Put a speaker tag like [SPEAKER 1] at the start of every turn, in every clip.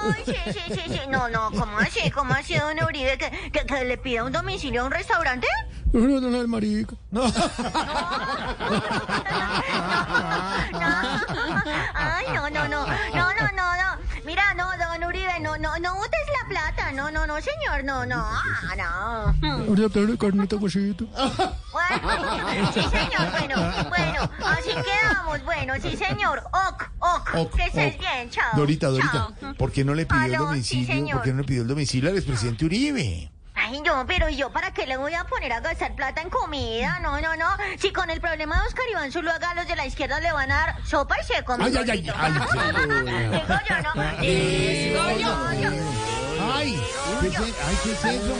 [SPEAKER 1] Ay, sí, sí, sí, sí. No, no, ¿cómo así? ¿Cómo así, don Uribe, que, que, que le pida un domicilio a un restaurante?
[SPEAKER 2] No, no, no, el marico. No.
[SPEAKER 1] Ay, no, no, no, no, no, no, no. Mira, no, don Uribe, no, no, no botes la plata. No, no, no, señor, no, no, ah, no.
[SPEAKER 2] Ahorita te doy carnita, cosito.
[SPEAKER 1] Bueno, sí, señor, bueno, bueno, así quedamos. Bueno, sí, señor, ok, ok,
[SPEAKER 2] Ok,
[SPEAKER 1] que estés
[SPEAKER 2] ok.
[SPEAKER 1] bien, chao.
[SPEAKER 2] Dorita,
[SPEAKER 1] chao.
[SPEAKER 2] Dorita, ¿por qué no le pidió el
[SPEAKER 1] Aló, sí,
[SPEAKER 2] domicilio?
[SPEAKER 1] señor.
[SPEAKER 2] ¿Por qué no le pidió el domicilio al expresidente Uribe?
[SPEAKER 1] Ay, no, pero ¿y yo para qué le voy a poner a gastar plata en comida? No, no, no. Si con el problema de Oscar Iván Zuluaga los de la izquierda le van a dar sopa y seco. mi
[SPEAKER 2] Ay, ay, ay,
[SPEAKER 1] gordito.
[SPEAKER 2] ay,
[SPEAKER 1] Digo yo, ¿no? Digo yo, yo.
[SPEAKER 2] Ay, ¿qué es, ay, ¿qué es eso?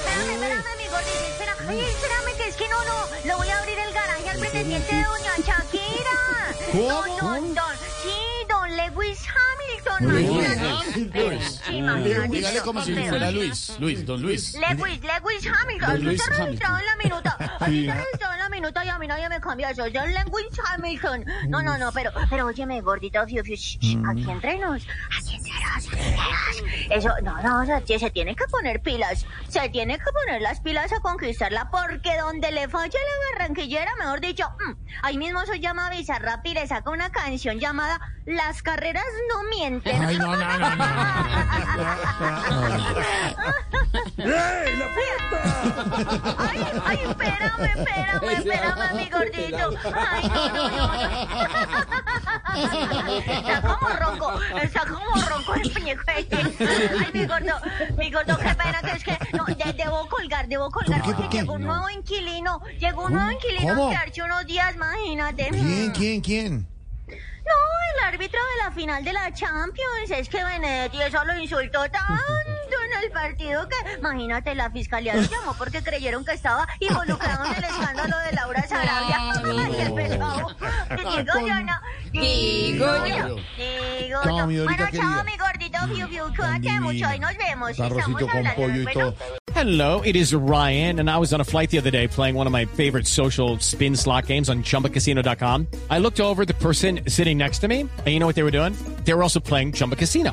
[SPEAKER 1] Espérame, espérame, mi gordito, espera. Ay, espérame, que es que no, no. Le voy a abrir el garaje al pretendiente de doña Shakira.
[SPEAKER 2] ¿Cómo?
[SPEAKER 1] Don, don, don. Sí, don Lewis Hamilton.
[SPEAKER 3] Lewis
[SPEAKER 1] imagínate. Sí, imagínate.
[SPEAKER 3] Dígale como si
[SPEAKER 1] Pero-
[SPEAKER 3] fuera Luis. Luis, don Luis.
[SPEAKER 1] Lewis, Lewis Hamilton.
[SPEAKER 3] Don
[SPEAKER 1] Usted
[SPEAKER 3] Luis
[SPEAKER 1] está registrado
[SPEAKER 3] Hamilton.
[SPEAKER 1] en la minuta. Usted está registrado en la minutos y a mí nadie me cambia eso. Yo Lenguin Hamilton. No, no, no, pero, pero óyeme, gordito, fiu, fiu, shh, shh, aquí entrenos. Aquí entrenos, aquí entrenos. Eso, no, no, o sea, que se tiene que poner pilas. Se tiene que poner las pilas a conquistarla porque donde le falla la barranquillera, mejor dicho, mm, ahí mismo soy llama a Bizarrap y le saca una canción llamada Las carreras no mienten.
[SPEAKER 3] Ay, no, no, no,
[SPEAKER 1] Ay, ay, espérame, espérame, espérame, mi gordito. Ay, no, no, no. Está como ronco, está como ronco el muñeco. este. Ay, mi gordo, mi gordo, qué pena que es que no, de- debo colgar, debo colgar.
[SPEAKER 2] ¿Por qué, por
[SPEAKER 1] porque
[SPEAKER 2] qué?
[SPEAKER 1] Llegó un
[SPEAKER 2] No.
[SPEAKER 1] nuevo inquilino, llegó un nuevo inquilino
[SPEAKER 2] ¿Cómo?
[SPEAKER 1] que hace unos días, imagínate.
[SPEAKER 2] ¿Quién, quién, quién?
[SPEAKER 1] No, el árbitro de la final de la Champions. Es que Benedetti eso lo insultó tanto en el partido que, imagínate, la fiscalía lo llamó porque creyeron que estaba involucrado en el escándalo de Laura Sarabia. Ay, el pesado. Digo yo, no. Ah, Digo yo. Digo
[SPEAKER 2] No, mi
[SPEAKER 1] yo.
[SPEAKER 2] Dorita
[SPEAKER 1] Bueno,
[SPEAKER 2] querida.
[SPEAKER 1] chao, mi gordito. Fiu, fiu. Cuídate
[SPEAKER 2] Divina.
[SPEAKER 1] mucho. Ahí nos vemos. Estamos
[SPEAKER 2] Arrocito con
[SPEAKER 1] hablando.
[SPEAKER 2] pollo y
[SPEAKER 1] Bueno,
[SPEAKER 2] todo.
[SPEAKER 4] Hello, it is Ryan, and I was on a flight the other day playing one of my favorite social spin slot games on chumbacasino.com. I looked over at the person sitting next to me, and you know what they were doing? They were also playing Chumba Casino.